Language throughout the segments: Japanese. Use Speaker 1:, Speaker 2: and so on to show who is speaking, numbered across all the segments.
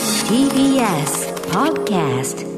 Speaker 1: TBS Podcast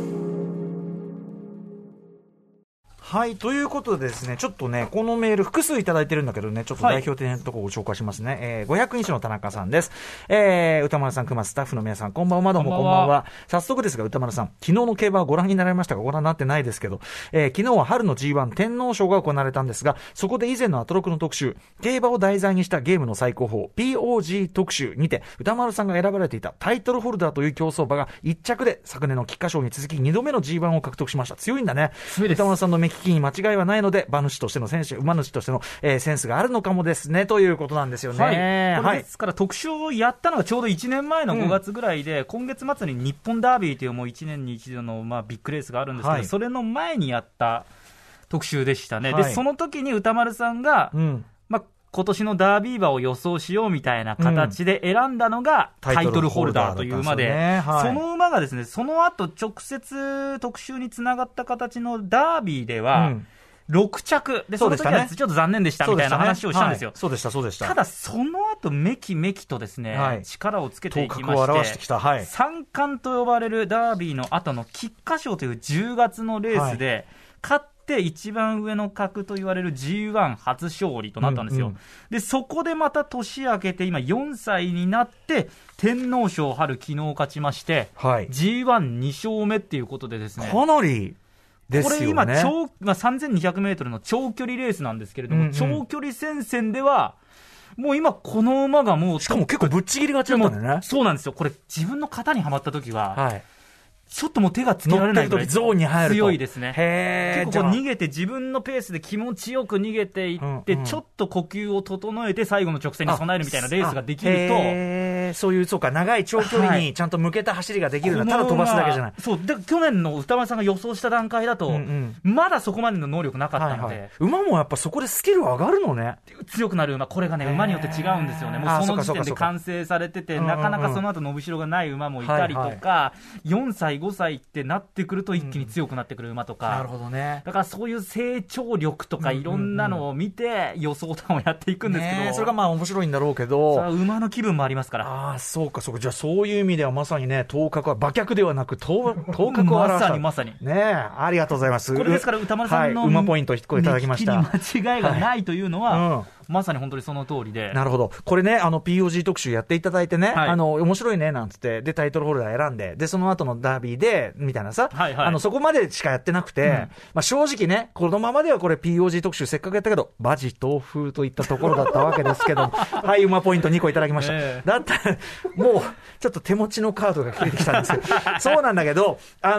Speaker 2: はい、ということでですね、ちょっとね、このメール複数いただいてるんだけどね、ちょっと代表的なところをご紹介しますね。えー、500日の田中さんです。えー、歌丸さん、熊スタッフの皆さん、こんばんは、どうもこ
Speaker 3: こ
Speaker 2: ん
Speaker 3: ん
Speaker 2: ば
Speaker 3: ば
Speaker 2: ん
Speaker 3: んは
Speaker 2: は。早速ですが、歌丸さん、昨日の競馬はご覧になられましたかご覧になってないですけど、えー、昨日は春の G1 天皇賞が行われたんですが、そこで以前のアトロクの特集、競馬を題材にしたゲームの最高峰、POG 特集にて、歌丸さんが選ばれていたタイトルホルダーという競走馬が1着で、昨年の菊花賞に続き2度目の G1 を獲得しました。強いんだね。
Speaker 3: 強いです
Speaker 2: 歌丸さんの目利きに間違いはないので、馬主としての選手、馬主としての、えーセンスがあるのかもですね、ということなんですよ
Speaker 3: はい、
Speaker 2: ね。
Speaker 3: これですから特集をやったのがちょうど1年前の5月ぐらいで、今月末に日本ダービーというもう1年に一度のまあビッグレースがあるんですけど、
Speaker 2: はい
Speaker 3: それの前にやった特集でしたね、
Speaker 2: はい
Speaker 3: でその時に歌丸さんが、
Speaker 2: うん。
Speaker 3: まあ今年のダービー馬を予想しようみたいな形で選んだのが、
Speaker 2: うん
Speaker 3: タイトルホルダーという
Speaker 2: タイトルホルダーだったん
Speaker 3: 馬で、
Speaker 2: ですよねはい
Speaker 3: その馬がですねその後直接特集につながった形のダービーで
Speaker 2: う
Speaker 3: は、
Speaker 2: ん
Speaker 3: 6着で、
Speaker 2: そ
Speaker 3: そ
Speaker 2: で
Speaker 3: うの
Speaker 2: し
Speaker 3: 時
Speaker 2: たね
Speaker 3: はちょっと残念でしたみたいな話をしたんですよ。
Speaker 2: そうでした、そうでした。
Speaker 3: ただ、その後めきめきとですね、
Speaker 2: はい
Speaker 3: 力をつけて
Speaker 2: 頭
Speaker 3: いき
Speaker 2: 角
Speaker 3: ま
Speaker 2: を表
Speaker 3: し
Speaker 2: しててきた。はい。
Speaker 3: 三冠と呼ばれるダービーの後の菊花賞という10月のレースで、勝って一番上の格と言われる G1 初勝利となったんですよ、
Speaker 2: うんうん
Speaker 3: でそこでまた年明けて、今、4歳になって、天皇賞春、昨日勝ちまして、
Speaker 2: はい。
Speaker 3: G12 勝目っていうことでですね。
Speaker 2: かなりです
Speaker 3: こ
Speaker 2: よね。
Speaker 3: れ今長、まあ、3200メートルの長距離レースなんですけれども、
Speaker 2: うんうん
Speaker 3: 長距離戦線では、もう今、この馬がもう、
Speaker 2: しかも結構ぶっちぎりがちだ
Speaker 3: で
Speaker 2: った
Speaker 3: も
Speaker 2: んだよね。
Speaker 3: そうなんですよ、これ、自分の型にはまった時は、
Speaker 2: はい。
Speaker 3: ちょっともう手がつけら
Speaker 2: 乗
Speaker 3: れ
Speaker 2: って
Speaker 3: ない
Speaker 2: る
Speaker 3: ぐら
Speaker 2: 時
Speaker 3: い
Speaker 2: ゾーンに入ると。
Speaker 3: 強いですね。
Speaker 2: へえ。
Speaker 3: 結
Speaker 2: じ
Speaker 3: 構
Speaker 2: ゃ
Speaker 3: こう
Speaker 2: あ
Speaker 3: 逃げて、自分のペースで気持ちよく逃げていって、
Speaker 2: うんうん
Speaker 3: ちょっと呼吸を整えて、最後の直線に備えるみたいなレースができる
Speaker 2: あ
Speaker 3: と。
Speaker 2: へーそういう、そうか、長い長距離
Speaker 3: は
Speaker 2: に
Speaker 3: い
Speaker 2: ちゃんと向けた走りができる
Speaker 3: こ
Speaker 2: の
Speaker 3: の
Speaker 2: は、ただ飛ばすだけじゃない
Speaker 3: 馬。そう、で去年の歌丸さんが予想した段階だと、
Speaker 2: うん
Speaker 3: まだそこまでの能力なかったので、
Speaker 2: はいはい馬もやっぱそこでスキル上がるのね。
Speaker 3: 強くなる馬、これがね、
Speaker 2: へー
Speaker 3: 馬によって違うんですよね、
Speaker 2: あ
Speaker 3: も
Speaker 2: ー
Speaker 3: うその時
Speaker 2: そうか
Speaker 3: 点
Speaker 2: そう
Speaker 3: で
Speaker 2: か
Speaker 3: 完成されてて、
Speaker 2: うんうんうん
Speaker 3: なかなかその後伸びしろがない馬もいたりと
Speaker 2: はい
Speaker 3: か、4歳、5歳ってなってくると、一気に強くなってくる馬とか。
Speaker 2: どね。
Speaker 3: だからそういう成長力とか
Speaker 2: うんうんうん
Speaker 3: いろんなのを見て予想とかもやっていくんですけど、
Speaker 2: ねえそれが
Speaker 3: ま
Speaker 2: まあ面白いんだろうけ
Speaker 3: あ
Speaker 2: ど。
Speaker 3: 馬の気分もありますから、
Speaker 2: ああ、そうか、そうか。じゃあ、そういう意味ではまさにね、頭角は、馬脚ではなく、 頭頭角を表した。
Speaker 3: まさにまさに
Speaker 2: ねえ、ありがとうございます。
Speaker 3: これですから歌丸さんの、
Speaker 2: はい、馬ポイント1個いただきました。
Speaker 3: 目利きに間違いがないというのは、
Speaker 2: はいうん
Speaker 3: まさに本当にその通りで、
Speaker 2: なるほど。これね、あの、POG 特集やっていただいてね、
Speaker 3: はい
Speaker 2: あの、面白いね、なんつって、で、タイトルホルダー選んで、で、その後のダービーで、みたいなさ、
Speaker 3: はいはい
Speaker 2: あの、そこまでしかやってなくて、
Speaker 3: ん
Speaker 2: まあ、正直ね、このままではこれ POG 特集せっかくやったけど、バジ豆腐といったところだったわけですけども、 はい、馬ポイント2個いただきました。
Speaker 3: ええ
Speaker 2: だったら、もう、ちょっと手持ちのカードが増えてきたんですけど、 そうなんだけど、あの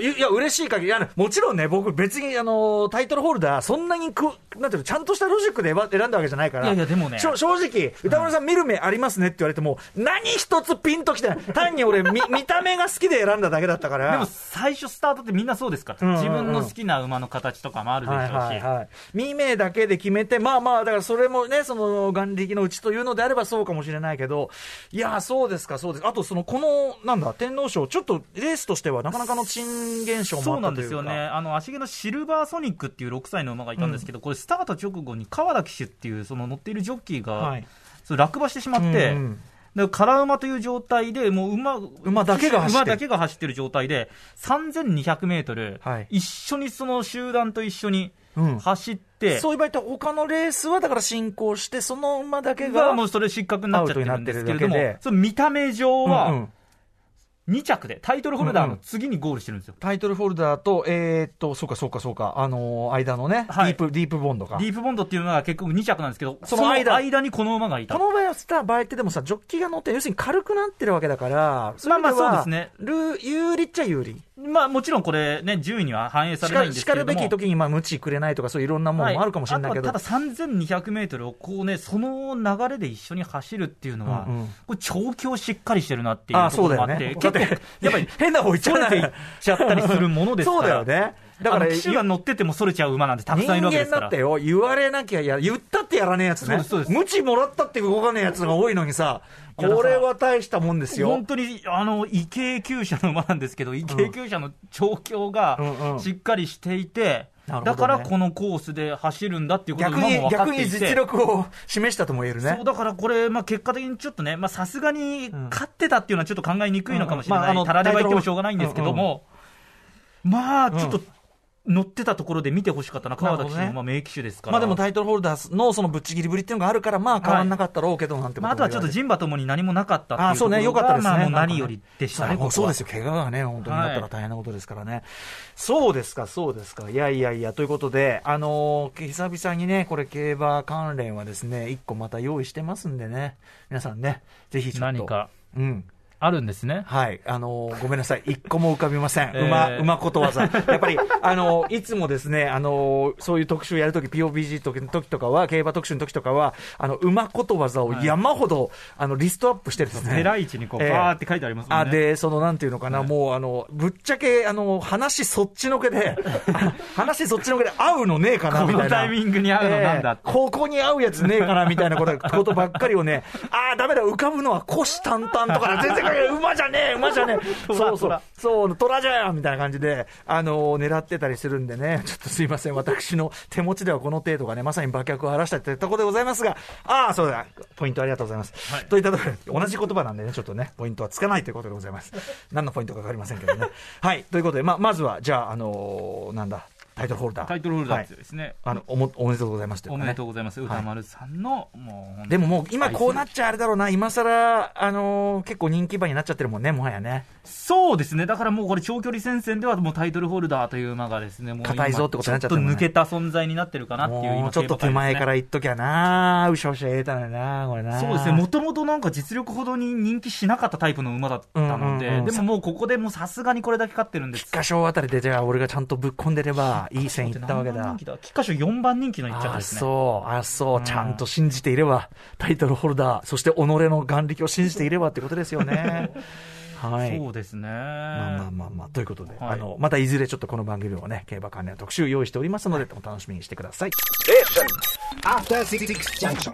Speaker 2: ーいいや、嬉しい限り、あのもちろんね、僕、別に、あのータイトルホルダー、そんなにく、なんていうの、ちゃんとしたロジックで選選んだわけじゃないから、
Speaker 3: いやいやでもね
Speaker 2: しょ正直、歌丸さん見る目ありますねって言われても、何一つピンときてない。単に俺、み 見た目が好きで選んだだけだったから。
Speaker 3: でも最初スタートってみんなそうですから、
Speaker 2: うんうんうん
Speaker 3: 自分の好きな馬の形とかもあるでしょう
Speaker 2: はいは
Speaker 3: し、
Speaker 2: いはい。見名だけで決めて、まあまあ、だからそれもね、その、眼力のうちというのであればそうかもしれないけど、いやー、そうですか、そうです。あと、その、この、なんだ、天皇賞、ちょっと、レースとしては、なかなかの珍現象も
Speaker 3: そ
Speaker 2: あ
Speaker 3: う
Speaker 2: っ
Speaker 3: な
Speaker 2: た
Speaker 3: ん
Speaker 2: と
Speaker 3: で
Speaker 2: いう
Speaker 3: す
Speaker 2: か。
Speaker 3: よね、あの足毛のシルバーソニックっていう6歳の馬がいたんですけど、これ、スタート直後に川田騎手っていう、その乗っているジョッキーが、
Speaker 2: はい
Speaker 3: それ落馬してしまって、
Speaker 2: うんうん
Speaker 3: で空馬という状態で、もう馬
Speaker 2: 馬だけが走ってる
Speaker 3: 馬だけが走ってる状態で、3200メートル、
Speaker 2: はい
Speaker 3: 一緒にその集団と一緒に
Speaker 2: うん
Speaker 3: 走って、
Speaker 2: そういう場合って、他のレースは、だから進行して、その馬だけが、
Speaker 3: がもうそれ失格になっちゃってるんですけれども
Speaker 2: アウトになってるだけで、
Speaker 3: その見た目上
Speaker 2: うんう
Speaker 3: は
Speaker 2: ん
Speaker 3: 2着で、タイトルホルダーの次にゴールしてるんですよ。
Speaker 2: タイトルフォルダーと、えーっと、そうかそうかそうか、あのー間のね、
Speaker 3: はい
Speaker 2: ディープ、ディープボンドか。
Speaker 3: ディープボンドっていうのが結局2着なんですけど、
Speaker 2: そ
Speaker 3: そ
Speaker 2: の
Speaker 3: の
Speaker 2: 間
Speaker 3: 間にこの馬がいた
Speaker 2: こ。の場合はスター場合ってでもさ、ジョッキが乗って、要するに軽くなってるわけだから、
Speaker 3: まあまあ
Speaker 2: い意味は
Speaker 3: そうですね
Speaker 2: ルー有利っちゃ有利。
Speaker 3: まあもちろんこれね、順位には反映さ
Speaker 2: し
Speaker 3: れな
Speaker 2: か
Speaker 3: いん
Speaker 2: る
Speaker 3: です
Speaker 2: し
Speaker 3: け
Speaker 2: か
Speaker 3: れ
Speaker 2: る
Speaker 3: ど
Speaker 2: べ
Speaker 3: も。
Speaker 2: き時に、まあ、無知くれないとか、そういろんなも
Speaker 3: は
Speaker 2: んもあるかもしれないけど。
Speaker 3: あとはただ3200メートルをこうね、その流れで一緒に走るっていうのは、
Speaker 2: うんうん
Speaker 3: これ調教しっかりしてるなっていう
Speaker 2: あ
Speaker 3: と
Speaker 2: そ
Speaker 3: こ
Speaker 2: うだ
Speaker 3: ろも
Speaker 2: よ
Speaker 3: あって、
Speaker 2: ね。
Speaker 3: 結
Speaker 2: だ
Speaker 3: 構、
Speaker 2: っ
Speaker 3: や
Speaker 2: て
Speaker 3: っぱり、
Speaker 2: 変な方いっちゃう
Speaker 3: それていっちゃったりするものですから
Speaker 2: そうだよね。だ
Speaker 3: あ
Speaker 2: から、
Speaker 3: の騎手が乗っててもそれちゃう馬なんてたくさんいるわけです
Speaker 2: 人間
Speaker 3: か
Speaker 2: だっ
Speaker 3: ら
Speaker 2: て。よ、言われなきゃや、言ったってやらねえやつ
Speaker 3: そう
Speaker 2: ね
Speaker 3: ですそうで。す
Speaker 2: 無知もらったって動かねえやつが多いのにさ、
Speaker 3: いやだ
Speaker 2: こ
Speaker 3: から
Speaker 2: れは大したもんですよ
Speaker 3: 本。当にあの異形級車の馬なんですけど、異形級車の調教が
Speaker 2: うんうん
Speaker 3: しっかりしていて、
Speaker 2: なるほどね
Speaker 3: だからこのコースで走るんだっていうこと
Speaker 2: 逆
Speaker 3: が今
Speaker 2: に
Speaker 3: も分かっ
Speaker 2: 逆
Speaker 3: ていて
Speaker 2: に実力を示したとも言えるね
Speaker 3: そうだからこれ、まあ、結果的にちょっとね、まあさすがに
Speaker 2: ん
Speaker 3: 勝ってたっていうのはちょっと考えにくいのかもしれ
Speaker 2: うんま
Speaker 3: な
Speaker 2: あ
Speaker 3: い、
Speaker 2: あの
Speaker 3: たられば言ってもしょうがないんですけども、まあ、ちょっ
Speaker 2: う
Speaker 3: と乗ってたところで見てほしかったな、川
Speaker 2: なる
Speaker 3: 崎
Speaker 2: ほ
Speaker 3: 氏
Speaker 2: ど
Speaker 3: の、
Speaker 2: ね
Speaker 3: まあ、名騎手ですから、
Speaker 2: まあでもタイトルホルダーのそのぶっちぎりぶりっていうのがあるから、まあ変わんなかったろうけどなんてこと
Speaker 3: ま
Speaker 2: も
Speaker 3: あ、あとはちょっ
Speaker 2: 言われ
Speaker 3: と
Speaker 2: て
Speaker 3: ジンバともに何もなかったってい
Speaker 2: あ
Speaker 3: う
Speaker 2: そうね
Speaker 3: ところが
Speaker 2: よかったですね
Speaker 3: まあ、もう
Speaker 2: なんかね
Speaker 3: 何よりでしたね、
Speaker 2: そうそうです
Speaker 3: よ
Speaker 2: よ、怪我がね、本当になったら大変なことですからね、そうですか、そうですか、いやいやいや、ということで、あのー久々にね、これ、競馬関連はですね、一個また用意してますんでね、皆さんね、ぜひちょっと、
Speaker 3: 何か
Speaker 2: うん、
Speaker 3: あるんですね。
Speaker 2: はい、あのーごめんなさい、一個も浮かびません、
Speaker 3: えー
Speaker 2: 馬、馬ことわざ、やっぱり、あのーいつもですね、あのーそういう特集やるとき、POBG とき時とかは、競馬特集のときとかは、あの馬ことわざを山ほど、あのリストアップしてですね、
Speaker 3: ペライチにこう、
Speaker 2: ええ
Speaker 3: バーって書いてありますもんね。
Speaker 2: あで、そのなんていうのかな、
Speaker 3: はい
Speaker 2: もうあの、ぶっちゃけ、あの、話そっちのけで、 あの話そっちのけで合うのねえかな、
Speaker 3: こ
Speaker 2: みたいな。
Speaker 3: のタイミングに合うのなんだ
Speaker 2: ええここに合うやつねえかな、みたいなこと ことばっかりをね、ああ、ダメだ、浮かぶのは虎視眈々とかだ、全然関係ない、馬じゃねえ、馬じゃねえ、
Speaker 3: 虎
Speaker 2: そうそう
Speaker 3: 虎、
Speaker 2: そう、虎じゃんみたいな感じで、あの狙ってたりするんでね、ちょっとすいません、私の手持ちではこの程度がね、まさに馬脚を晴らしたってところでございますが、ああ、そうだ、ポイントありがとうございます。
Speaker 3: はい
Speaker 2: といったところで、同じ言葉なんでね、ちょっとね、ポイントはつかないということでございます。何のポイントか分かりませんけどね。 はい、ということで、ままずは、じゃあ、あのなんだ、タイトルホルダー。
Speaker 3: タイトルホルダーって
Speaker 2: はい
Speaker 3: ですね、
Speaker 2: あのおもおめでとうございますという
Speaker 3: お
Speaker 2: かね
Speaker 3: めでとうございます、歌丸さんの、もう本当に
Speaker 2: でももう今こうなっちゃあれだろうな、今更あのー結構人気馬になっちゃってるもんね、もはやね。
Speaker 3: そうですね、だからもうこれ、長距離戦線ではもうタイトルホルダーという馬がですね、もう今
Speaker 2: 硬いぞってことになっちゃってるもんね
Speaker 3: ちょっと抜けた存在になってるかなっていう、
Speaker 2: も
Speaker 3: 今、
Speaker 2: うちょっと手前から
Speaker 3: 競
Speaker 2: 言っときゃな、うしゃうしゃ言えたのにな、これな。
Speaker 3: 馬界ですね。そうですね、もともとなんか実力ほどに人気しなかったタイプの馬だったので、
Speaker 2: うんうんうん
Speaker 3: でももうここでもうさすがにこれだけ勝ってるんです。
Speaker 2: 菊花賞あたりで、じゃあ俺がちゃんとぶっこんでれば、いい線いったわけ
Speaker 3: 何番
Speaker 2: だ
Speaker 3: 人気。菊花賞4番人気の一着
Speaker 2: あ
Speaker 3: ですね。
Speaker 2: そう、あそう、ちゃんと信じていれば、タイトルホルダー、そして己の眼力を信じていればってことですよね。 はい。
Speaker 3: そうですね。
Speaker 2: まあまあまあまあ、ということで、
Speaker 3: はい
Speaker 2: あの、またいずれちょっとこの番組もね、競馬関連の特集用意しておりますので、お楽しみにしてください。
Speaker 4: After Six Junction.